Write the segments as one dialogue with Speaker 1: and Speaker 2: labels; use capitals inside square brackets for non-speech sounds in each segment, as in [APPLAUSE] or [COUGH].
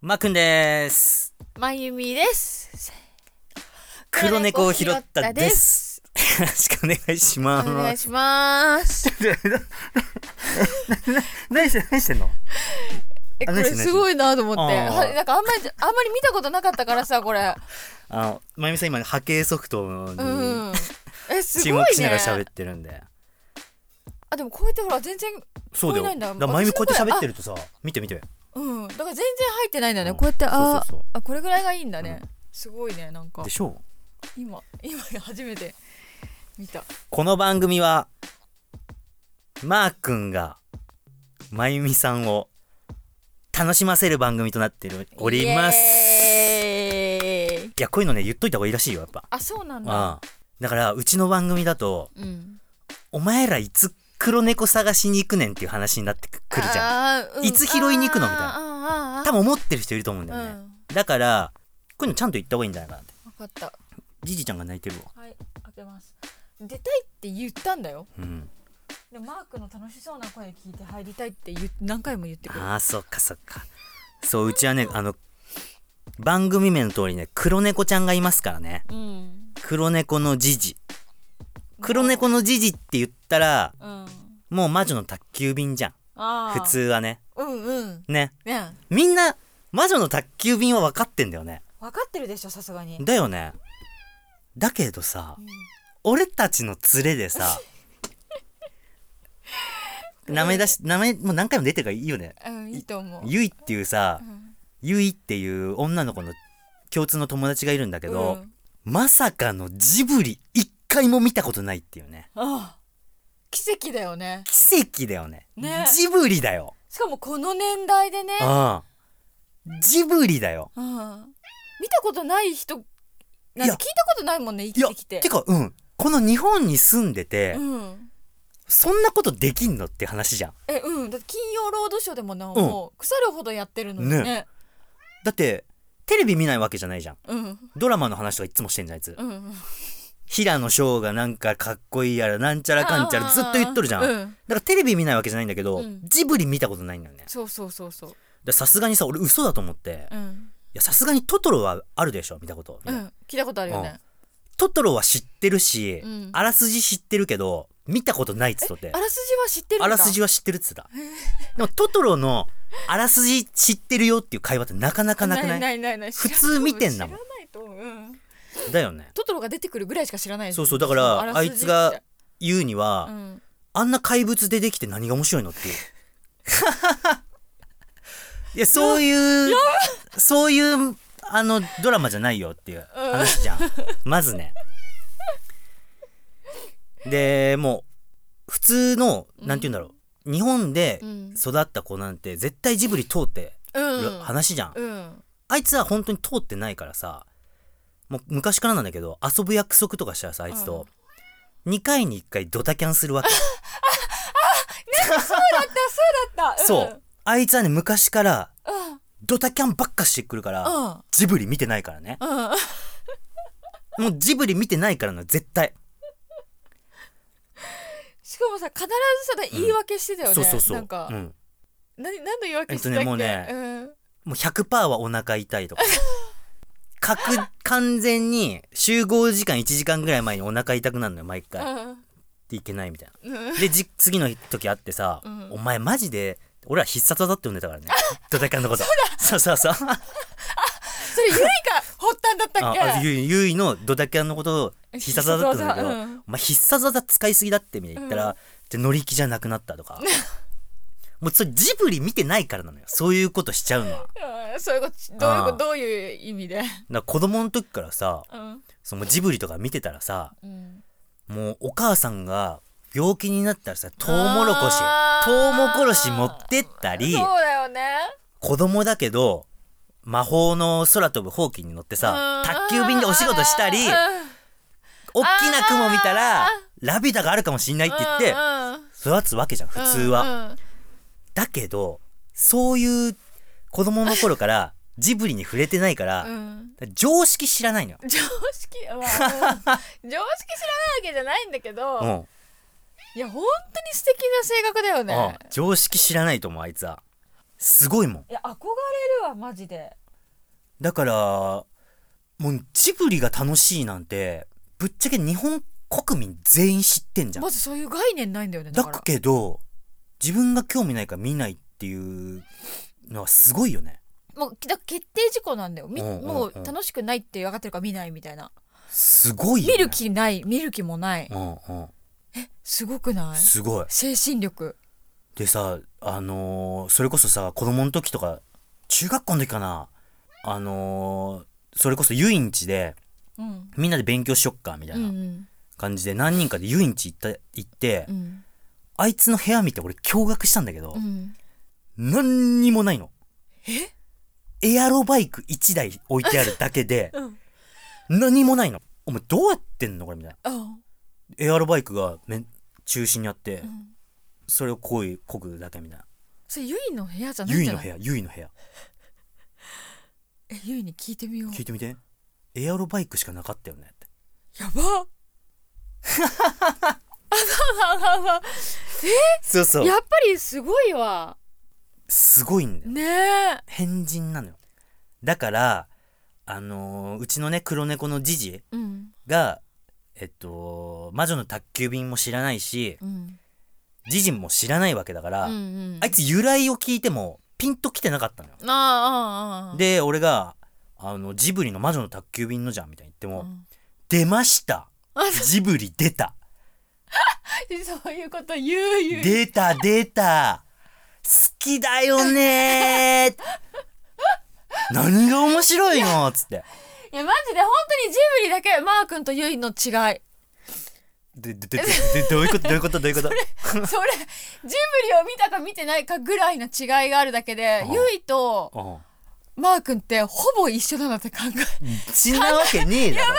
Speaker 1: まっくんです。
Speaker 2: まゆみです。
Speaker 1: 黒猫を拾ったです。よろしくお願いし
Speaker 2: お
Speaker 1: ま
Speaker 2: 願い
Speaker 1: す。[LAUGHS]
Speaker 2: します。
Speaker 1: 何して何してんの？
Speaker 2: え、こ
Speaker 1: ナイ
Speaker 2: れ
Speaker 1: スナイス
Speaker 2: すごいなと思って。
Speaker 1: あー
Speaker 2: はいなんかあんまり、あんまり見たことなかったからさ、これ。
Speaker 1: あのまゆみさん今波形ソフト
Speaker 2: う
Speaker 1: に
Speaker 2: ん。え、す
Speaker 1: 注
Speaker 2: ご
Speaker 1: 目
Speaker 2: い
Speaker 1: しながら
Speaker 2: ね
Speaker 1: 喋。ってるんで。
Speaker 2: あ、でもこうやってほら、全然、
Speaker 1: そうだよ。
Speaker 2: 聞こえないんだ
Speaker 1: だからまゆみこうやって
Speaker 2: 私の声
Speaker 1: 喋ってるとさ、見て見て。
Speaker 2: うん。だから全然入ってないんだね。
Speaker 1: うん
Speaker 2: こうやって、
Speaker 1: そう
Speaker 2: あ
Speaker 1: そうそう
Speaker 2: あ、これぐらいがいいんだね
Speaker 1: う。
Speaker 2: すごいね、なんか
Speaker 1: で。しょ
Speaker 2: 今、今初めて見た。
Speaker 1: う。この番組はまーくんがまゆみさんを楽しませる番組となっております。
Speaker 2: イエーイ
Speaker 1: いやこういうのね言っといた方がいいらしいよやっぱ。
Speaker 2: あ、そうなんだ。
Speaker 1: ああだからうちの番組だと。
Speaker 2: うん。
Speaker 1: お前らいつ黒猫探しに行くねんっていう話になってくくるじゃん。
Speaker 2: ゃん
Speaker 1: いつ拾いに行くのみたいな
Speaker 2: な
Speaker 1: 多分思ってる人いると思うんだよね。
Speaker 2: うん。
Speaker 1: だから、こういうのちゃんと言った方がいいんじゃないかなって。
Speaker 2: 分かった。
Speaker 1: じじちゃんが泣いてるわ。
Speaker 2: はい、開けます。出たいって言ったんだよ。
Speaker 1: うん。
Speaker 2: でもマークの楽しそうな声聞いて入りたいって言う何回も言ってくる。
Speaker 1: ああ、そっかそっか。そう、うちはね、あの、番組名の通りね、黒猫ちゃんがいますからね。
Speaker 2: うん。
Speaker 1: 黒猫のじじ。黒猫のじじって言ったら、
Speaker 2: うん。
Speaker 1: もう魔女の宅急便じゃん。
Speaker 2: ああ。
Speaker 1: 普。通はね。
Speaker 2: うんうん。
Speaker 1: ね。
Speaker 2: ね
Speaker 1: みんな、魔女の宅急便は分かってんだよね。
Speaker 2: 分かってるでしょさすがに。
Speaker 1: だよね。だけどさ、俺たちの連れで
Speaker 2: [LAUGHS]
Speaker 1: さ名前出し名前もう何回も出てるからいいよね
Speaker 2: うんいいと思う。
Speaker 1: ゆいっていうさ
Speaker 2: うん
Speaker 1: ゆいっていう女の子の共通の友達がいるんだけ
Speaker 2: う
Speaker 1: ど、
Speaker 2: ん
Speaker 1: まさかのジブリ一回も見たことないっていうね
Speaker 2: ああ奇跡だよね。
Speaker 1: 奇跡だよね
Speaker 2: ね
Speaker 1: ジブリだよ
Speaker 2: しかもこの年代でね。
Speaker 1: ああジブリだよ
Speaker 2: うん。見たことない人
Speaker 1: い
Speaker 2: なん
Speaker 1: や
Speaker 2: て聞いたことないもんね生
Speaker 1: い
Speaker 2: き
Speaker 1: や
Speaker 2: てきて。
Speaker 1: かうんこの日本に住んでて、
Speaker 2: うん。
Speaker 1: そんなことできんのって話じゃん
Speaker 2: えうんだって金曜ロードショーでもな、
Speaker 1: ん
Speaker 2: もう腐るほどやってるのにね
Speaker 1: ねだってテレビ見ないわけじゃないじゃん
Speaker 2: うん
Speaker 1: ドラマの話とかいつもしてんじゃんあいつ
Speaker 2: うんうん
Speaker 1: 平野翔がなんかかっこいいやらなんちゃらかんちゃらずっと言っとるじゃん、
Speaker 2: う
Speaker 1: だからテレビ見ないわけじゃないんだけど、
Speaker 2: うん
Speaker 1: ジブリ見たことないんだよねだか
Speaker 2: そうそうそうそう
Speaker 1: らさすがにさ俺嘘だと思って、い
Speaker 2: うん、
Speaker 1: やさすがにトトロはあるでしょ見たこと、
Speaker 2: うん、聞いたことあるよね、
Speaker 1: トトロは知ってるし、
Speaker 2: うん
Speaker 1: あらすじ知ってるけど見たことないっつっとって
Speaker 2: あらすじは知ってるんだ
Speaker 1: あらすじは知ってるっつってたでもトトロのあらすじ知ってるよっていう会話ってなかなかなくない
Speaker 2: ないないないない
Speaker 1: 普通見てんだもん
Speaker 2: 知らないと思う知らないと思う、うん、
Speaker 1: だよね
Speaker 2: トトロが出てくるぐらいしか知らない
Speaker 1: そうそうだから
Speaker 2: のらすじって
Speaker 1: あいつが言うには、
Speaker 2: うん、
Speaker 1: あんな怪物出てきて何が面白いのっていう。 [LAUGHS] いや、そういう、そういう、あの、ドラマじゃないよっていう話じゃん。まずね。で、もう、普通の、なんて言うんだろう。日本で
Speaker 2: うん
Speaker 1: 育った子なんて絶対ジブリ通ってる
Speaker 2: うん
Speaker 1: 話じゃん。
Speaker 2: うん
Speaker 1: あいつは本当に通ってないからさ、もう昔からなんだけど、遊ぶ約束とかしたらさ、あいつと、2回に1回ドタキャンするわけ。
Speaker 2: だった
Speaker 1: そ
Speaker 2: うん
Speaker 1: う。あいつはね、昔から、ドタキャンばっかしてくるから、
Speaker 2: うん
Speaker 1: ジブリ見てないからね。
Speaker 2: うんうん
Speaker 1: もうジブリ見てないからな、絶対。
Speaker 2: しかもさ必ずさ言い訳してたよね、
Speaker 1: そうそうそう。
Speaker 2: なんか、
Speaker 1: うん。
Speaker 2: 何何の言い訳してたっ
Speaker 1: え
Speaker 2: け、
Speaker 1: っとねもうね
Speaker 2: うん
Speaker 1: もう100%はお腹痛
Speaker 2: [LAUGHS]
Speaker 1: いとか。かく、完全に、集合時間1時間ぐらい前にお腹痛くなるのよ、毎回。で、いけないみたい
Speaker 2: う
Speaker 1: な。
Speaker 2: ん
Speaker 1: で、じ、次の時あってさ、
Speaker 2: うん
Speaker 1: お前マジで、俺ら必殺技って呼んでたからね。ドタキャンのこと。そうそうそう。
Speaker 2: それゆいが発端だったっけ
Speaker 1: ああゆいゆいのドタキャンのことを必殺技だったんだけど、
Speaker 2: 必殺技うん
Speaker 1: お前必殺技使いすぎだってみたいな言ったら、で乗り気じゃなくなったと
Speaker 2: [LAUGHS]
Speaker 1: かもうそれジブリ見てないからなのよそういうことしちゃうのはだか
Speaker 2: うんそういうことどういうこ
Speaker 1: ああ
Speaker 2: とどういう意味で、
Speaker 1: ら子供の時からさ
Speaker 2: うん
Speaker 1: そのジブリとか見てたらさ
Speaker 2: うん、
Speaker 1: もうお母さんが病気になったらさトウモロコシ
Speaker 2: あー
Speaker 1: トウモコロシ持ってったり
Speaker 2: そうだよね
Speaker 1: 子供だけど魔法の空飛ぶほうきに乗ってさ
Speaker 2: うん
Speaker 1: 宅急便でお仕事したり
Speaker 2: うん
Speaker 1: 大きな雲見たら
Speaker 2: あ
Speaker 1: ラビュタがあるかもしんないって言って
Speaker 2: うんうん
Speaker 1: 育つわけじゃん普通は、
Speaker 2: うんうん
Speaker 1: だけどそういう子供の頃からジブリに触れてないから、
Speaker 2: うん
Speaker 1: 常識知らないのよ、
Speaker 2: 常識は、うん常識知らないわけじゃないんだけど、
Speaker 1: うん
Speaker 2: いや本当に素敵な性格だよね、
Speaker 1: うん常識知らないと思うあいつはすごいもん
Speaker 2: いや憧れるわマジで
Speaker 1: だからもうジブリが楽しいなんてぶっちゃけ日本国民全員知ってんじゃん
Speaker 2: まずそういう概念ないんだよねだ
Speaker 1: だ
Speaker 2: から
Speaker 1: けど自分が興味ないから見ないっていうのはすごいよね
Speaker 2: もうだから決定事項なんだよ、み
Speaker 1: うんうんうん
Speaker 2: もう楽しくないって分かってるから見ないみたいな
Speaker 1: すごいよ、ね、
Speaker 2: 見る気ない見る気もない
Speaker 1: うんうん
Speaker 2: すごくない
Speaker 1: すごい
Speaker 2: 精神力
Speaker 1: でさあのーそれこそさ子供の時とか中学校の時かなあのーそれこそ遊園地で
Speaker 2: うん
Speaker 1: みんなで勉強しよっかみた
Speaker 2: う
Speaker 1: いなん感じで何人かで遊園地行った行って、
Speaker 2: うん
Speaker 1: あいつの部屋見て俺驚愕したんだけど、
Speaker 2: うん
Speaker 1: 何にもないの
Speaker 2: え
Speaker 1: エアロバイク1台置いてあるだけで
Speaker 2: [LAUGHS] うん
Speaker 1: 何もないのお前どうやってんのこれみたいな
Speaker 2: あ
Speaker 1: エアロバイクがめ中心にあって、
Speaker 2: うん
Speaker 1: それをこいこぐだけみたいな
Speaker 2: それゆいの部屋じゃない
Speaker 1: ゆ
Speaker 2: ん
Speaker 1: い
Speaker 2: じゃ
Speaker 1: の
Speaker 2: な
Speaker 1: 部
Speaker 2: い
Speaker 1: 屋ゆいの部屋
Speaker 2: えゆいに聞いてみよう
Speaker 1: 聞いてみてエアロバイクしかなかったよねって
Speaker 2: やばあはははは
Speaker 1: そうそ
Speaker 2: やっぱりすごいわ
Speaker 1: すごいんだよ
Speaker 2: ねえ
Speaker 1: 変人なのよだからあのーうちのね黒猫のジジ
Speaker 2: うん
Speaker 1: がえっと魔女の宅急便も知らないし
Speaker 2: うん
Speaker 1: ジジも知らないわけだから、
Speaker 2: うんうん
Speaker 1: あいつ由来を聞いてもピンときてなかったのよ
Speaker 2: ああああああ
Speaker 1: で俺があのジブリの魔女の宅急便のじゃんみたいに言っても、
Speaker 2: うん
Speaker 1: 出ましたジブリ出た
Speaker 2: [LAUGHS] そういうこと言う言う
Speaker 1: 出た出た好きだよねー何が面白いのっつって
Speaker 2: いやマジで本当にジブリだけマー君とユイ
Speaker 1: [LAUGHS]
Speaker 2: の違い
Speaker 1: でででででどういうことどういうことどういうこと
Speaker 2: それジブリを見たか見てないかぐらいの違いがあるだけで
Speaker 1: うん
Speaker 2: ユイと
Speaker 1: うん
Speaker 2: マー君ってほぼ一緒だなって
Speaker 1: [LAUGHS]
Speaker 2: 考えマジで
Speaker 1: そんなわけねえだ
Speaker 2: マ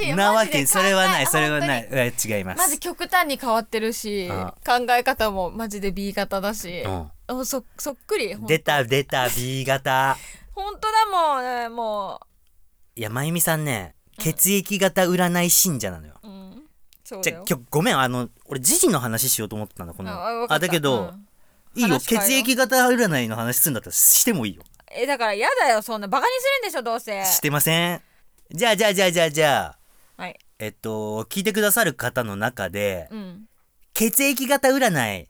Speaker 2: ジ
Speaker 1: ろなわ
Speaker 2: マジ
Speaker 1: け
Speaker 2: で考え
Speaker 1: それはないそれはな
Speaker 2: 本
Speaker 1: いえ違いま
Speaker 2: 当にマ
Speaker 1: す
Speaker 2: ジ極端に変わってるし
Speaker 1: うん
Speaker 2: 考え方もマジで B 型だしおそそっくり
Speaker 1: うん出た出た B 型
Speaker 2: 本当だもんねも
Speaker 1: いやまゆみさんね血液型占い信者なのよ
Speaker 2: う、うん、そう
Speaker 1: じ
Speaker 2: だ
Speaker 1: ゃ
Speaker 2: よ
Speaker 1: 今日ごめんあの俺時事の話しようと思ってたんだこの
Speaker 2: あわかった
Speaker 1: だけど、
Speaker 2: うん
Speaker 1: いいよ
Speaker 2: 話変えよう
Speaker 1: 血液型占いの話するんだったらしてもいいよ
Speaker 2: えだからやだよそんなバカにするんでしょどうせ
Speaker 1: してませんじゃあじゃあじゃあじゃあじゃあ
Speaker 2: はい
Speaker 1: えっと聞いてくださる方の中で
Speaker 2: うん
Speaker 1: 血液型占い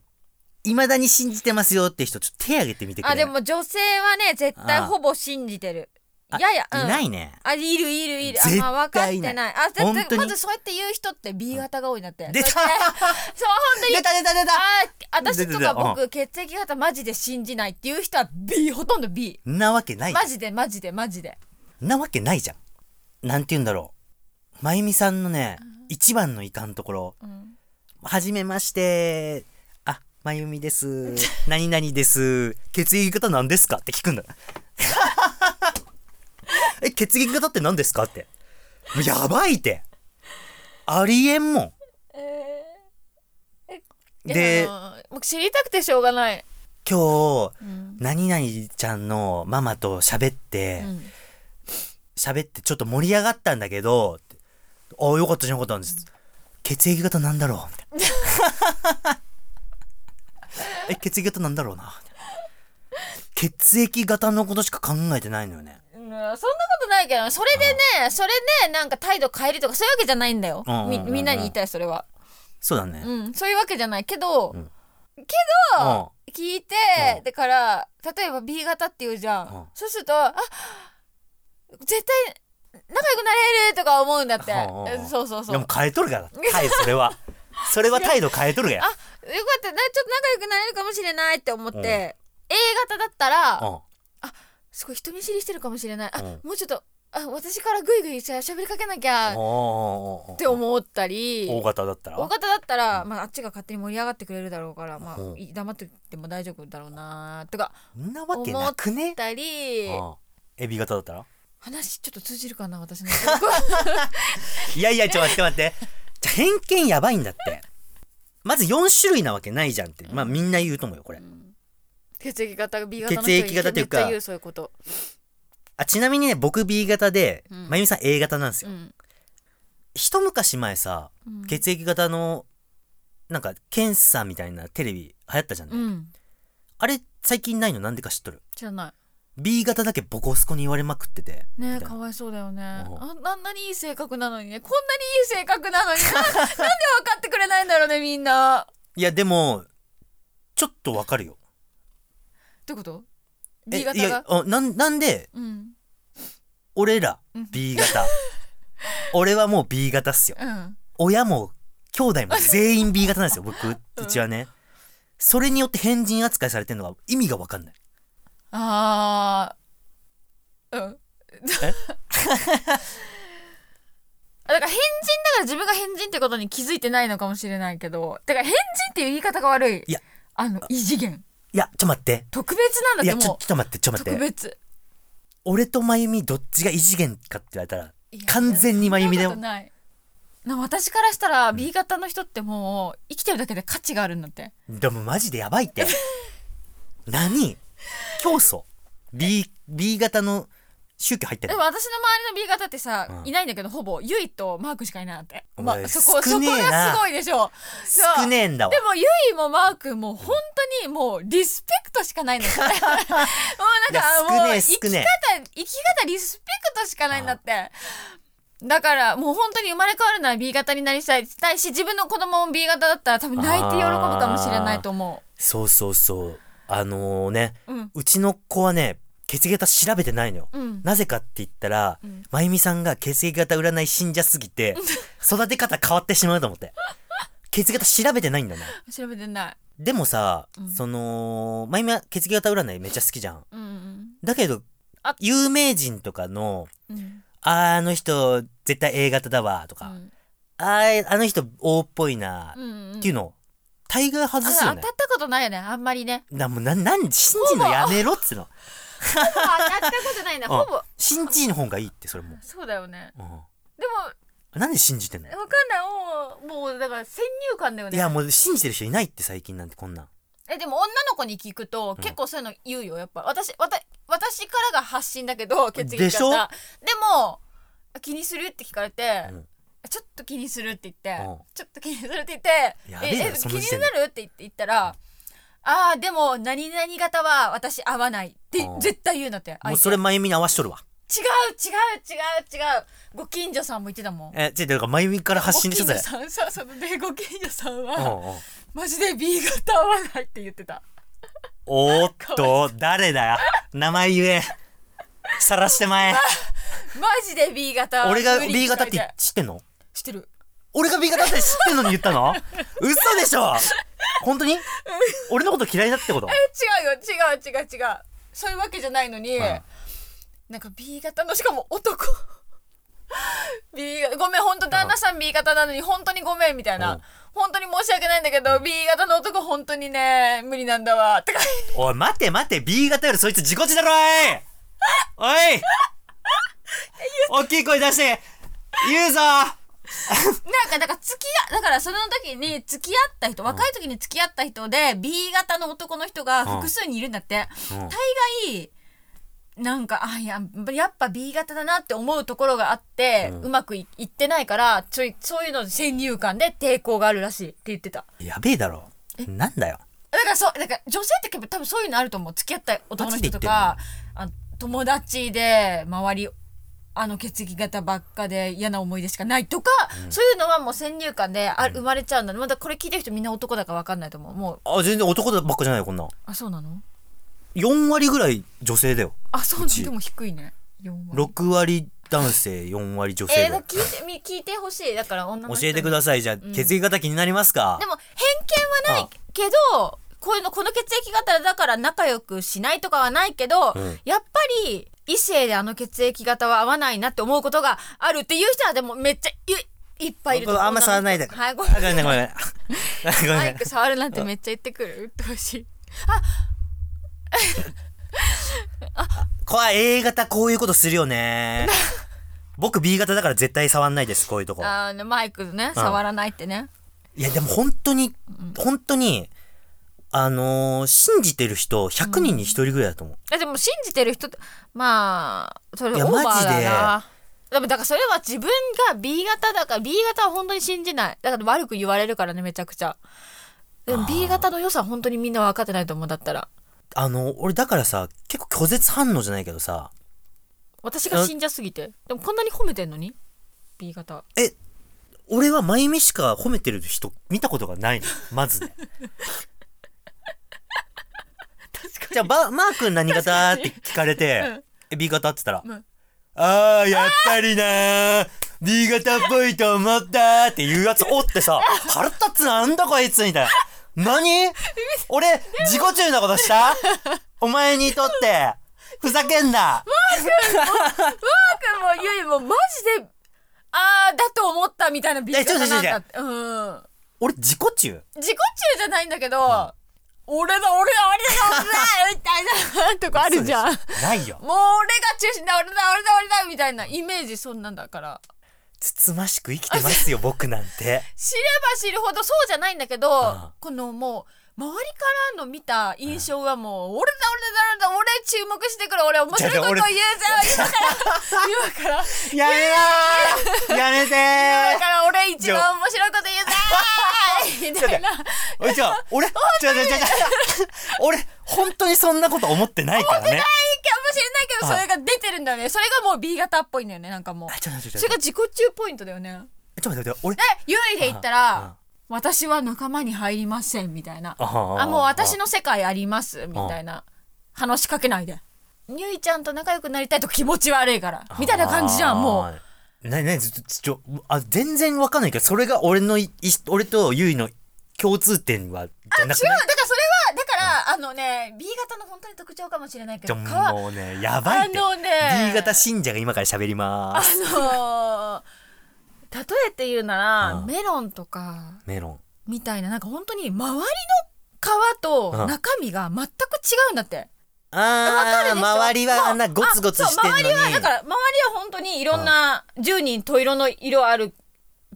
Speaker 1: いまだに信じてますよって人ちょっと手挙げてみてくれ
Speaker 2: あでも女性はね絶対ほぼ信じてる
Speaker 1: あ
Speaker 2: やや、うん、
Speaker 1: いないね
Speaker 2: あいるいるいるあ
Speaker 1: 絶対
Speaker 2: まあ分かってない
Speaker 1: いな
Speaker 2: あだ
Speaker 1: 本
Speaker 2: って
Speaker 1: 当に
Speaker 2: まずそうやって言う人って B 型が多いなって
Speaker 1: 出た [LAUGHS]
Speaker 2: そうやってそう本当に
Speaker 1: 出た出た出た
Speaker 2: あ私と
Speaker 1: 出
Speaker 2: か
Speaker 1: た出た
Speaker 2: 僕血液型マジで信じないっていう人は B ほとんど B
Speaker 1: なわけない
Speaker 2: マジでマジでマジで
Speaker 1: なわけないじゃんなんて言うんだろうまゆみさんのね一番の遺憾のところ
Speaker 2: うん
Speaker 1: はじめまして。あ、まゆみ
Speaker 2: [LAUGHS]
Speaker 1: です。何々です。血液型何ですかって聞くん
Speaker 2: [LAUGHS]
Speaker 1: だ。え、血液型って何ですかって。もうやばいって。ありえんもん。で、
Speaker 2: あのもう知りたくてしょうがない、
Speaker 1: 今日、
Speaker 2: うん
Speaker 1: 何々ちゃんのママと喋って、喋ってちょっと盛り上がったんだけど、ってあ、よかったじゃんよかったんです。血液型なんだろうみたい
Speaker 2: [LAUGHS]
Speaker 1: なえ、血液型なんだろうなみたいな血液型のことしか考えてないのよね。
Speaker 2: うんそんなことないけどそれでねそれでなんか態度変えるとかそういうわけじゃないんだよ、
Speaker 1: うんうんうんうん
Speaker 2: みみんなに言いたいそれは、
Speaker 1: そうだね。
Speaker 2: うん、そういうわけじゃないけど、
Speaker 1: うん
Speaker 2: ど聞いて、
Speaker 1: うん
Speaker 2: だから例えば B 型っていうじゃ
Speaker 1: う
Speaker 2: ん、
Speaker 1: ん
Speaker 2: そうするとあ絶対仲良くなれるとか思うんだって、
Speaker 1: うんうんうん
Speaker 2: そうそう
Speaker 1: うん。
Speaker 2: そう
Speaker 1: で
Speaker 2: よ
Speaker 1: も
Speaker 2: か
Speaker 1: 変えとるから。はい、それは。そ
Speaker 2: [LAUGHS]
Speaker 1: れは態度変えとるや。
Speaker 2: あったなちょっと仲良くなれるかもしれないって思って、A 型だったら、
Speaker 1: うん。
Speaker 2: すごい人見知りしてるかもしれない、あ
Speaker 1: うん
Speaker 2: もうちょっとあ私からグイグイしゃ喋りかけなきゃっ
Speaker 1: おー
Speaker 2: て思ったり
Speaker 1: 大型だったら
Speaker 2: 大型だったら、まあ、あっちが勝手に盛り上がってくれるだろうから、まあ
Speaker 1: うん、
Speaker 2: い黙ってても大丈夫だろうなとか
Speaker 1: そんなわけなく
Speaker 2: 言
Speaker 1: ね
Speaker 2: ったり
Speaker 1: うん。エビ型だったら
Speaker 2: 話ちょっと通じるかな私の
Speaker 1: [LAUGHS] いやいや、ちょ、待って待って。じゃ、偏見やばいんだって。まず4種類なわけないじゃんって。まあみんな言うと思うよ、これ。
Speaker 2: [LAUGHS] 血液型 B 型の人
Speaker 1: 血液型っていうか
Speaker 2: めっちゃ言うそういうこと、
Speaker 1: あちなみにね僕 B 型で、
Speaker 2: うん
Speaker 1: まゆみさん A 型なんです
Speaker 2: う
Speaker 1: よ、
Speaker 2: ん
Speaker 1: 一昔前さ
Speaker 2: うん
Speaker 1: 血液型のなんか検査みたいなテレビ流行ったじゃんね、
Speaker 2: うん
Speaker 1: あれ最近ないのなんでか知っとる
Speaker 2: 知らない
Speaker 1: B 型だけボコスコに言われまくってて
Speaker 2: ね
Speaker 1: みたい
Speaker 2: か
Speaker 1: な
Speaker 2: わいそうだよねあ
Speaker 1: うん
Speaker 2: あんなにいい性格なのにねこんなにいい性格なのにな [LAUGHS] なんで分かってくれないんだろうねみんない
Speaker 1: やでもちょっとわかるよ
Speaker 2: ってこと
Speaker 1: え
Speaker 2: ?B 型
Speaker 1: いや
Speaker 2: が
Speaker 1: あなんなんで
Speaker 2: うん
Speaker 1: 俺ら
Speaker 2: うん
Speaker 1: B 型俺はもう B 型っすよ
Speaker 2: うん
Speaker 1: 親も兄弟も全員 B 型なんですよ
Speaker 2: [LAUGHS]
Speaker 1: 僕うちはねそれによって変人扱いされてるのが意味がわかんない
Speaker 2: ああうん [LAUGHS] あだから変人だから自分が変人ってことに気づいてないのかもしれないけどだから変人っていう言い方が悪い
Speaker 1: いや
Speaker 2: あの異次元
Speaker 1: いやちょっと待って
Speaker 2: 特別な
Speaker 1: い
Speaker 2: んだ
Speaker 1: や
Speaker 2: っ
Speaker 1: ち
Speaker 2: て
Speaker 1: ょ
Speaker 2: も
Speaker 1: ちょっと待ってちょっ
Speaker 2: う
Speaker 1: と待
Speaker 2: 特
Speaker 1: って
Speaker 2: 別
Speaker 1: 俺と真由美どっちが異次元かって言われたら
Speaker 2: いや
Speaker 1: 完全に真由美だ
Speaker 2: そ
Speaker 1: よ
Speaker 2: んなことないな私からしたら B 型の人ってもう生きてるだけで価値があるんだって
Speaker 1: でもマジでやばいって
Speaker 2: [LAUGHS]
Speaker 1: 何教祖 B, B 型の宗教入って
Speaker 2: で
Speaker 1: る
Speaker 2: も私の周りの B 型ってさ、
Speaker 1: うん
Speaker 2: いないんだけどほぼユイとマークしかいないなんて、
Speaker 1: お
Speaker 2: ま
Speaker 1: 前、
Speaker 2: そこ
Speaker 1: 少
Speaker 2: そこ
Speaker 1: ねえな
Speaker 2: がすごいでしょそう
Speaker 1: 少ねえんだわ
Speaker 2: でもユイもマー君も本当にもうリスペクトしかな
Speaker 1: [LAUGHS]
Speaker 2: いんだってもうなんか
Speaker 1: いや
Speaker 2: も
Speaker 1: 少ね
Speaker 2: う
Speaker 1: え
Speaker 2: 生
Speaker 1: 少
Speaker 2: き方、
Speaker 1: ねえ
Speaker 2: 生き方リスペクトしかないんだってだからもう本当に生まれ変わるなら B 型になりたいし自分の子供も B 型だったら多分泣いて喜ぶかもしれないと思
Speaker 1: そうそうそうあのね
Speaker 2: ううん
Speaker 1: うちの子はね血液型調べてないのよ、
Speaker 2: うん
Speaker 1: なぜかって言ったら、
Speaker 2: うん
Speaker 1: まゆみさんが血液型占い信者すぎて育て方変わってしまうと思って血液型調べてないんだね
Speaker 2: 調べてない
Speaker 1: でもさ、
Speaker 2: うん
Speaker 1: そのまゆみは血液型占いめっちゃ好きじゃん
Speaker 2: うんうん
Speaker 1: だけど
Speaker 2: あ
Speaker 1: 有名人とかの
Speaker 2: うん
Speaker 1: あーあの人絶対 A 型だわと
Speaker 2: う
Speaker 1: か、
Speaker 2: ん
Speaker 1: あーあの人 O っぽいな、
Speaker 2: うんうん
Speaker 1: っていうの大概外すよ
Speaker 2: あ当
Speaker 1: ね
Speaker 2: たったことないよねあんま
Speaker 1: [LAUGHS]
Speaker 2: りね
Speaker 1: なもうななん信じんのやめろっつうの
Speaker 2: ほぼ当たったことないな
Speaker 1: うん
Speaker 2: ほぼ
Speaker 1: 信じの方がいいってそれもう、
Speaker 2: そうだよね
Speaker 1: う
Speaker 2: でも
Speaker 1: ん、なんで信じてんの
Speaker 2: わかんないもうもうだから先入観だよね
Speaker 1: いやもう信じてる人いないって最近なんてこんなん
Speaker 2: えでも女の子に聞くと結構そういうの言うよやっぱ私わた私からが発信だけど血液型
Speaker 1: でしょ
Speaker 2: でも気にするって聞かれて、
Speaker 1: うん
Speaker 2: ちょっと気にするって言って、
Speaker 1: うん
Speaker 2: ちょっと気にするって言って
Speaker 1: やべえな
Speaker 2: ええ
Speaker 1: そ
Speaker 2: 気
Speaker 1: の時
Speaker 2: に
Speaker 1: 点
Speaker 2: な
Speaker 1: で
Speaker 2: るって言って言ったらあーでも何々型は私合わないって
Speaker 1: うん
Speaker 2: 絶対言うんだって
Speaker 1: も
Speaker 2: 相
Speaker 1: う
Speaker 2: 手
Speaker 1: それ真由美に合わしとるわ
Speaker 2: 違う違う違う違うご近所さんも言ってたもん
Speaker 1: え違うだから真由美から発信でしょ
Speaker 2: ご
Speaker 1: そ
Speaker 2: 近
Speaker 1: れ
Speaker 2: 所さんそうそうでご近所さん
Speaker 1: う
Speaker 2: は、
Speaker 1: んうん
Speaker 2: マジで B 型合わないって言ってた
Speaker 1: おーっと誰だよ名前言えさらしてまえ
Speaker 2: マジで B 型
Speaker 1: 俺が
Speaker 2: 無理
Speaker 1: B 型っ
Speaker 2: 聞かれ
Speaker 1: て知ってんの
Speaker 2: 知ってる
Speaker 1: 俺が B 型って知ってんのに言ったの嘘でし
Speaker 2: [LAUGHS]
Speaker 1: ょ本当に俺のこと嫌いだってこと
Speaker 2: え違うよ違う違う違うそういうわけじゃないのに、
Speaker 1: ん
Speaker 2: なんか B 型のしかも男 [LAUGHS] B 型ごめん本当旦那さん B 型なのに本当にごめんみたいな、
Speaker 1: うん
Speaker 2: 本当に申し訳ないんだけど B 型の男本当にね無理なんだわとか
Speaker 1: おい待て待て B 型よりそいつ自己地だろおいおい大きい声出して言うぞ
Speaker 2: なんかだから付き合だからその時に付き合った人、若い時に付き合った人で B 型の男の人が複数にいるんだって、
Speaker 1: うん
Speaker 2: 大概なんかあややっぱ B 型だなって思うところがあって、う
Speaker 1: うん
Speaker 2: まくいいってないからちょいそういうの先入観で抵抗があるらしいって言ってた
Speaker 1: やべえだろなんだよ
Speaker 2: だからそうだから女性って結構多分そういうのあると思う付き合った男の人とかあ友達で周りあの血液型ばっかで嫌な思い出しかないとか、そういうのはもう先入観であ生まれちゃうんだまだこれ聞いてる人みんな男だから分かんないと思うもう
Speaker 1: あ全然男ばっかじゃないよこんなん
Speaker 2: あそうなの
Speaker 1: 4割ぐらい女性だよ
Speaker 2: あそうな
Speaker 1: う
Speaker 2: の
Speaker 1: ち
Speaker 2: でも低いね4割
Speaker 1: 6割男性4割女性
Speaker 2: えー、
Speaker 1: ぐら
Speaker 2: だ
Speaker 1: い
Speaker 2: から聞いてみ聞いてほしいだから女
Speaker 1: 教
Speaker 2: の人
Speaker 1: えてく
Speaker 2: さ
Speaker 1: ださいじゃあ血液型気になりますか
Speaker 2: でも偏見はないけどこういうのこの血液型だから仲良くしないとかはないけど、
Speaker 1: うん
Speaker 2: やっぱり異性であの血液型は合わないなって思うことがあるっていう人はでもめっちゃいいっぱいいると思う
Speaker 1: あんま触らないで
Speaker 2: はいごめん
Speaker 1: あごめんねごめんね [LAUGHS] ごめん
Speaker 2: マイ
Speaker 1: ね
Speaker 2: ク触るなんてめっちゃ言ってくるうっとうしい
Speaker 1: こ A 型こういうことするよね僕 B 型だから絶対触んないですこういうとこ
Speaker 2: あのマイクね触らないってね、
Speaker 1: いやでも本当に、本当に、あのー信じてる人100人に1人ぐらいだと思う。
Speaker 2: えでも信じてる人ってまあそれオ
Speaker 1: い
Speaker 2: ー
Speaker 1: や
Speaker 2: バー
Speaker 1: マジで
Speaker 2: だなでもだからそれは自分が B 型だから B 型は本当に信じないだから悪く言われるからねめちゃくちゃでも B 型の良さ本当にみんな分かってないと思うだったら
Speaker 1: あの、俺だからさ、結構拒絶反応じゃないけどさ、
Speaker 2: 私が信者すぎてでもこんなに褒めてんのに B 型
Speaker 1: え、俺はまゆみしか褒めてる人見たことがないの。まず
Speaker 2: [LAUGHS]
Speaker 1: ね。
Speaker 2: 確か
Speaker 1: じゃあ、ばマー君何型って聞かれ
Speaker 2: う
Speaker 1: て
Speaker 2: ん、
Speaker 1: え B 型って言ったら、
Speaker 2: うん
Speaker 1: あー、やっぱりなー。B 型っぽいと思ったーっていうやつおってさ、腹立つなんだこいつみたいな。何俺、自己中なことしたお前にとって、ふざけんな。
Speaker 2: にもうゆいもうマジでああだと思ったみたいな B
Speaker 1: いやちょ
Speaker 2: 型
Speaker 1: っと
Speaker 2: なんだ
Speaker 1: ちょっ
Speaker 2: ってうん
Speaker 1: 俺、自己中
Speaker 2: 自己中じゃないんだけど、俺だ俺だ俺だ俺だみたいなとこあるじゃんもう
Speaker 1: ないよ。
Speaker 2: 俺が中心だ俺だ俺だ俺だみたいなイメージそんなんだから
Speaker 1: つつましく生きてますよ、僕なんて。
Speaker 2: 知れば知るほどそうじゃないんだけど、
Speaker 1: ん
Speaker 2: このもう周りからの見た印象はもう、俺だ俺だ俺だ俺注目してくる俺面白いこと言うぞ
Speaker 1: やめろ
Speaker 2: 今から今から
Speaker 1: ーやめて
Speaker 2: 今
Speaker 1: ー
Speaker 2: から俺一番面白いこと言うぞみたいな
Speaker 1: おいちょ、俺、ちょちょちょちょ、俺、本当にそんなこと思ってないからね。
Speaker 2: いいかもしれないけどそれが出てるんだよねそれがもう B 型っぽいんだよねなんかもう
Speaker 1: あちょっと待って、
Speaker 2: そ
Speaker 1: ちょっと
Speaker 2: れが自己中ポイントだよね
Speaker 1: 待って、ちょっと待って、俺
Speaker 2: で、優位で言ったら私は仲間に入りませんみたいな
Speaker 1: あはは
Speaker 2: あもう私の世界ありますみたいな話しかけないでゆいちゃんと仲良くなりたいと気持ち悪いからみたいな感じじゃんもう
Speaker 1: う。なになに、ちょ、ちょ、あ、全然わかんないけど、それが俺のい、い俺とゆいの共通点は、じゃなく
Speaker 2: 違う
Speaker 1: ない
Speaker 2: だからそれはだからあのね B 型の本当に特徴かもしれないけ
Speaker 1: ち
Speaker 2: ど
Speaker 1: ょ
Speaker 2: かわ
Speaker 1: もうね、やばいって。
Speaker 2: あのね
Speaker 1: B 型信者が今から喋りまーす。
Speaker 2: あのー例えて言うなら
Speaker 1: うん
Speaker 2: メロンとか
Speaker 1: メロン。
Speaker 2: みたいななんか本当に周りの皮と中身が全く違うんだって。わか
Speaker 1: あ
Speaker 2: る
Speaker 1: ー、
Speaker 2: でしょ
Speaker 1: 周りはあんな
Speaker 2: もう
Speaker 1: ゴツゴツしてんのに。
Speaker 2: あそう周りはだから周りは本当にいろんな10人と色の色ある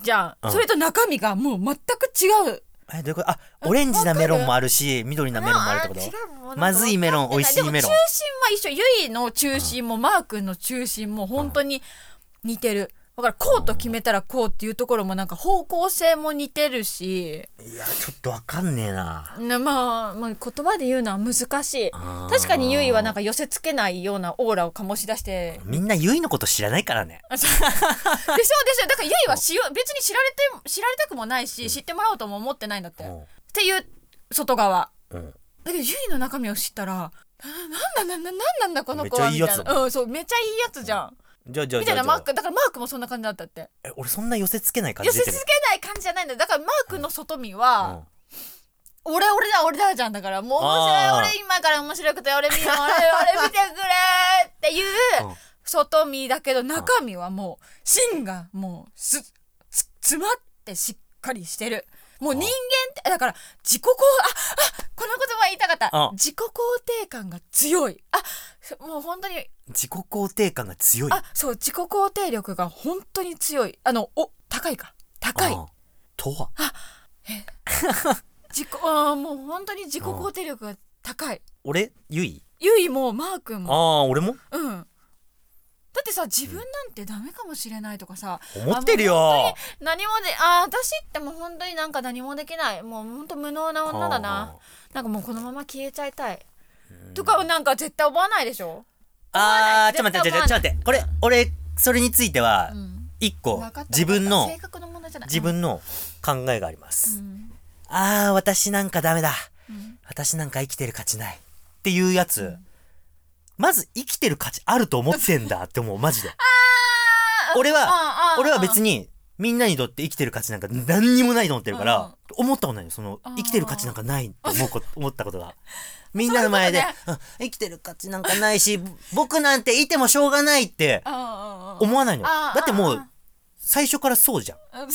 Speaker 2: じゃ
Speaker 1: うん
Speaker 2: んそれと中身がもう全く違う
Speaker 1: え、どういうことあ、オレンジなメロンもあるし、緑なメロンもあるってこと
Speaker 2: 違うもの
Speaker 1: まずいメロン美味しいメロン
Speaker 2: でも中心は一緒ゆいの中心もマー君の中心も本当に似てるだからこうと決めたらこうっていうところもなんか方向性も似てるし
Speaker 1: いや、ちょっとわかんねえな。
Speaker 2: なまあ、まあ、言葉で言うのは難しい
Speaker 1: あー
Speaker 2: 確かにゆいはなんか寄せつけないようなオーラを醸し出して
Speaker 1: みんなゆいのこと知らないからね。
Speaker 2: あそう [LAUGHS] でしょでしょだからゆいはしよ別に知られて知られたくもないし知ってもらおうとも思ってないんだって、
Speaker 1: う
Speaker 2: っ
Speaker 1: ん
Speaker 2: ていう外側
Speaker 1: うん。
Speaker 2: だけどゆいの中身を知ったらななんだなななんなんだこの子は
Speaker 1: めっ
Speaker 2: み
Speaker 1: ちゃいいや
Speaker 2: たい
Speaker 1: つ
Speaker 2: なうんそうめっちゃいいやつじゃん
Speaker 1: じゃあじゃあ
Speaker 2: み
Speaker 1: じ
Speaker 2: た
Speaker 1: ゃあ
Speaker 2: いな
Speaker 1: じゃ
Speaker 2: マ
Speaker 1: あ
Speaker 2: ークだからマークもそんな感じだったって
Speaker 1: え俺そんな寄せつけない感
Speaker 2: 寄
Speaker 1: じ
Speaker 2: せ
Speaker 1: 出
Speaker 2: つ
Speaker 1: て
Speaker 2: け
Speaker 1: る。
Speaker 2: ない感じじゃないんだよだからマークの外見は、俺俺だ俺だじゃんだからもう面
Speaker 1: あー
Speaker 2: 白い俺今から面白くて俺見る俺 [LAUGHS] 俺見てくれっていう
Speaker 1: うん
Speaker 2: 外見だけど中身はもう芯がもうすす詰まってしっかりしてるもう人間ってだから自己肯ああこの言葉言いたかった
Speaker 1: うん
Speaker 2: 自己肯定感が強いあもう本当に
Speaker 1: うん自己肯定感が強い。
Speaker 2: あそう自己肯定力が本当に強いあのお高いか高い
Speaker 1: うんとは
Speaker 2: 自己あーもう本当に自己肯定力が高い
Speaker 1: 俺ゆい
Speaker 2: ゆいもマー君も
Speaker 1: ああ俺も
Speaker 2: うんだってさ自分なんてダメかもしれないとかさ、
Speaker 1: 思ってるよ
Speaker 2: あもう本当に何もであー私ってもう本当になんか何もできないもう本当無能な女だななんかもうこのまま消えちゃいたいとかなんか絶対思わないでしょ、
Speaker 1: あーあーちょっ
Speaker 2: 思わ
Speaker 1: と待
Speaker 2: な
Speaker 1: ってちょ
Speaker 2: い
Speaker 1: っと待ってこれ俺それについては
Speaker 2: うん、
Speaker 1: 一個
Speaker 2: 分かった
Speaker 1: 自分
Speaker 2: 分か
Speaker 1: の
Speaker 2: った性格の問題じゃない
Speaker 1: 自、分の考えがありま
Speaker 2: う
Speaker 1: す。
Speaker 2: ん
Speaker 1: ああ私なんかダメだ。
Speaker 2: うん
Speaker 1: 私なんか生きてる価値ないっていうやつ、まず生きてる価値あると思ってんだって
Speaker 2: [LAUGHS]
Speaker 1: 思うマジで俺
Speaker 2: あ
Speaker 1: は
Speaker 2: あ
Speaker 1: 俺は別にみんなにとって生きてる価値なんか何にもないと思ってるから、思ったことないよその
Speaker 2: あー
Speaker 1: 生きてる価値なんかないと思うこと [LAUGHS] 思った
Speaker 2: [LAUGHS]
Speaker 1: ことがみんなの前で
Speaker 2: そういう
Speaker 1: うん生きてる価値なんかないしぼ僕なんていてもしょうがないって
Speaker 2: ああああ
Speaker 1: 思わないのよ
Speaker 2: あー
Speaker 1: だっても
Speaker 2: あー
Speaker 1: う最初からそうじゃん
Speaker 2: あ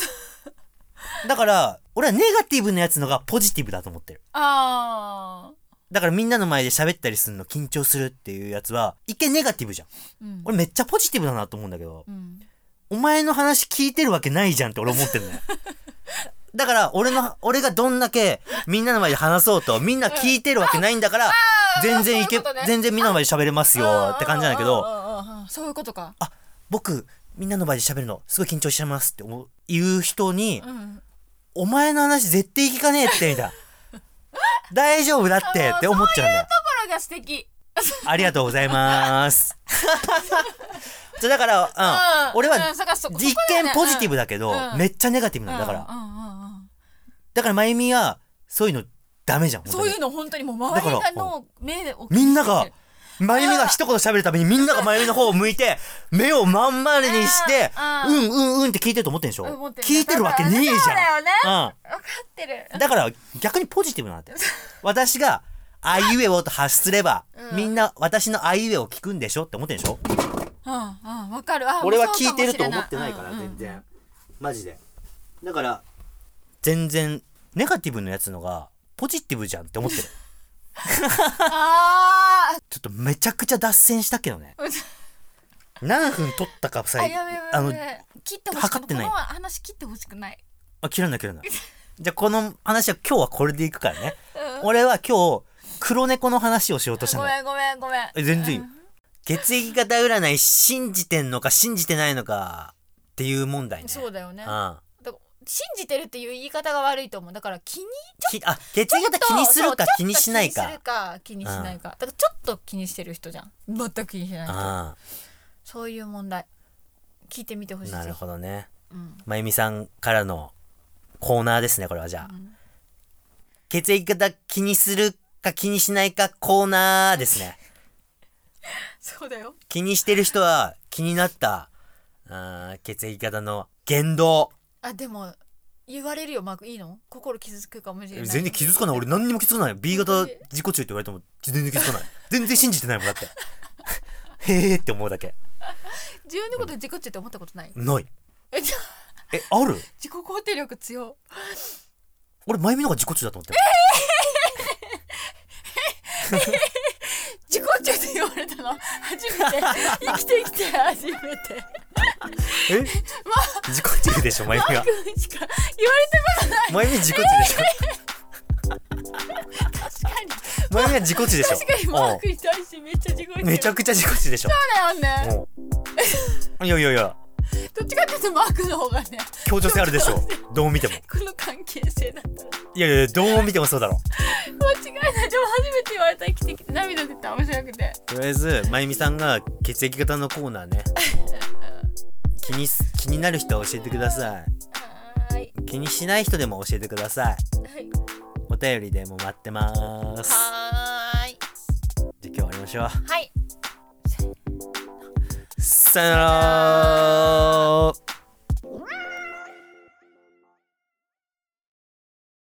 Speaker 1: だから俺はネガティブなやつのがポジティブだと思ってる
Speaker 2: [LAUGHS] あ
Speaker 1: だからみんなの前で喋ったりするの緊張するっていうやつは一見ネガティブじゃん
Speaker 2: ーうん
Speaker 1: 俺めっちゃポジティブだなと思うんだけど、
Speaker 2: うん
Speaker 1: お前の話聞いてるわけないじゃんって俺思ってるのよだから俺の俺がどんだけみんなの前で話そうとみんな聞いてるわけないんだから全然いけ
Speaker 2: そういうことね
Speaker 1: 全然みんなの前で喋れますよって感じなんだけ
Speaker 2: あ
Speaker 1: ど
Speaker 2: あああああそういうことか
Speaker 1: あ僕みんなの前で喋るのすごい緊張してますって思う言う人に
Speaker 2: うん
Speaker 1: お前の話絶対聞かねえってみたいな大丈夫だってって思っちゃうんだよ
Speaker 2: だからが素敵。
Speaker 1: ありがとうござい
Speaker 2: [LAUGHS]
Speaker 1: ます。じゃだから、うん、俺は
Speaker 2: うんそっかそこ
Speaker 1: 実験ポジティブだけど、
Speaker 2: うん
Speaker 1: めっちゃネガティブなんだか
Speaker 2: う
Speaker 1: ら。
Speaker 2: んうんうんうん
Speaker 1: だから、まゆみは、そういうのダメじゃん。本当
Speaker 2: そう
Speaker 1: に
Speaker 2: いうの本当にもう周り
Speaker 1: だか
Speaker 2: が
Speaker 1: ら
Speaker 2: の目で追っかけて
Speaker 1: みんなが、まゆみが一言喋るためにみんながまゆみの方を向いて、目をまん丸にして、
Speaker 2: う
Speaker 1: うんんうんうんって聞いてると思ってんでしょ
Speaker 2: 思ってる
Speaker 1: 聞いてるわけねえじゃん。
Speaker 2: そうだよね
Speaker 1: うん。
Speaker 2: 分かってる。
Speaker 1: だから逆にポジティブなんだって。私が、あいうえおと発すれば、みんな私のあいうえお聞くんでしょって思ってんでしょ
Speaker 2: うんうん分かる。あ
Speaker 1: 俺は
Speaker 2: もう
Speaker 1: 聞
Speaker 2: そう
Speaker 1: いてると思
Speaker 2: も
Speaker 1: っ
Speaker 2: してれ
Speaker 1: ないから、
Speaker 2: うんう
Speaker 1: 全
Speaker 2: ん
Speaker 1: 然。マジで。だから、全然、ネガティブのやつのが、ポジティブじゃんって思
Speaker 2: [LAUGHS]
Speaker 1: ってる。
Speaker 2: あ
Speaker 1: ちょっとめちゃくちゃ脱線したけどね。
Speaker 2: ー
Speaker 1: 何分取ったか
Speaker 2: あ
Speaker 1: さ、
Speaker 2: やべやべ
Speaker 1: あ
Speaker 2: や
Speaker 1: の
Speaker 2: べ、切ってほしく
Speaker 1: 測ってない
Speaker 2: この話切ってほしくない。
Speaker 1: あ、切らない切
Speaker 2: [LAUGHS]
Speaker 1: らない。じゃあこの話は今日はこれでいくからね。俺は今日、黒猫の話をしようとした
Speaker 2: ご
Speaker 1: の。
Speaker 2: めんごめんごめん。
Speaker 1: え全然いいよ。血液型占い信じてんのか信じてないのかっていう問題ね。
Speaker 2: そうだよね。
Speaker 1: う
Speaker 2: だか
Speaker 1: ん。
Speaker 2: ら信じてるっていう言い方が悪いと思う。だから気に
Speaker 1: きあ、血液型気にするか気にしない
Speaker 2: 気にする
Speaker 1: か。
Speaker 2: か気にしないか。だからちょっと気にしてる人じゃん。全く気にしない人。
Speaker 1: あ
Speaker 2: そういう問題。聞いてみてほしい。
Speaker 1: なるほどね。
Speaker 2: ど。うん。
Speaker 1: まゆみさんからのコーナーですね、これはじゃあ。血液型気にするか気にしないかコーナーですね。
Speaker 2: そうだよ。
Speaker 1: 気にしてる人は気になった、あー血液型の言動。
Speaker 2: あでも言われるよマークいいの？心傷つくかもしれない。
Speaker 1: 全然傷つかない。俺何にも傷つかない。B 型自己中って言われても全然傷つかない。全然信じてないもんだって。へーって思うだけ。
Speaker 2: 自分のこと自己中って思ったことない。
Speaker 1: ない。
Speaker 2: えじゃあ
Speaker 1: え、ある
Speaker 2: 自己肯定力強。
Speaker 1: 俺、まゆみの方が自己中だと思ってる。
Speaker 2: 自己中って言われたの初
Speaker 1: [LAUGHS]
Speaker 2: めて。生きてきて初めて。
Speaker 1: え自己中でしょ、まゆみは。
Speaker 2: 君しか言われたことない。
Speaker 1: まゆみ自己中でしょ。
Speaker 2: 確かに
Speaker 1: まゆみは自己中でしょ。
Speaker 2: 確かにマークに対してめっちゃ自己中。
Speaker 1: うんめちゃくちゃ自己中でしょ。
Speaker 2: ゃだよね。
Speaker 1: うんいやいやいや、
Speaker 2: どっちかっていうとマークの方がね
Speaker 1: 協調性あるでしょ。どう見ても。
Speaker 2: この関係性だったら
Speaker 1: いやいや、どう見てもそうだろ。
Speaker 2: 間違いない。でも初めて言われた生きてきて涙出た面白くて。
Speaker 1: とりあえずまゆみさんが血液型のコーナー
Speaker 2: [LAUGHS]
Speaker 1: ね気にす気になる人は教えてくださ
Speaker 2: はーい
Speaker 1: い気にしない人でも教えてください
Speaker 2: はい
Speaker 1: お便りでも待ってますじゃあ
Speaker 2: はーい。
Speaker 1: 今日終わりましょう
Speaker 2: はい。
Speaker 1: さよなら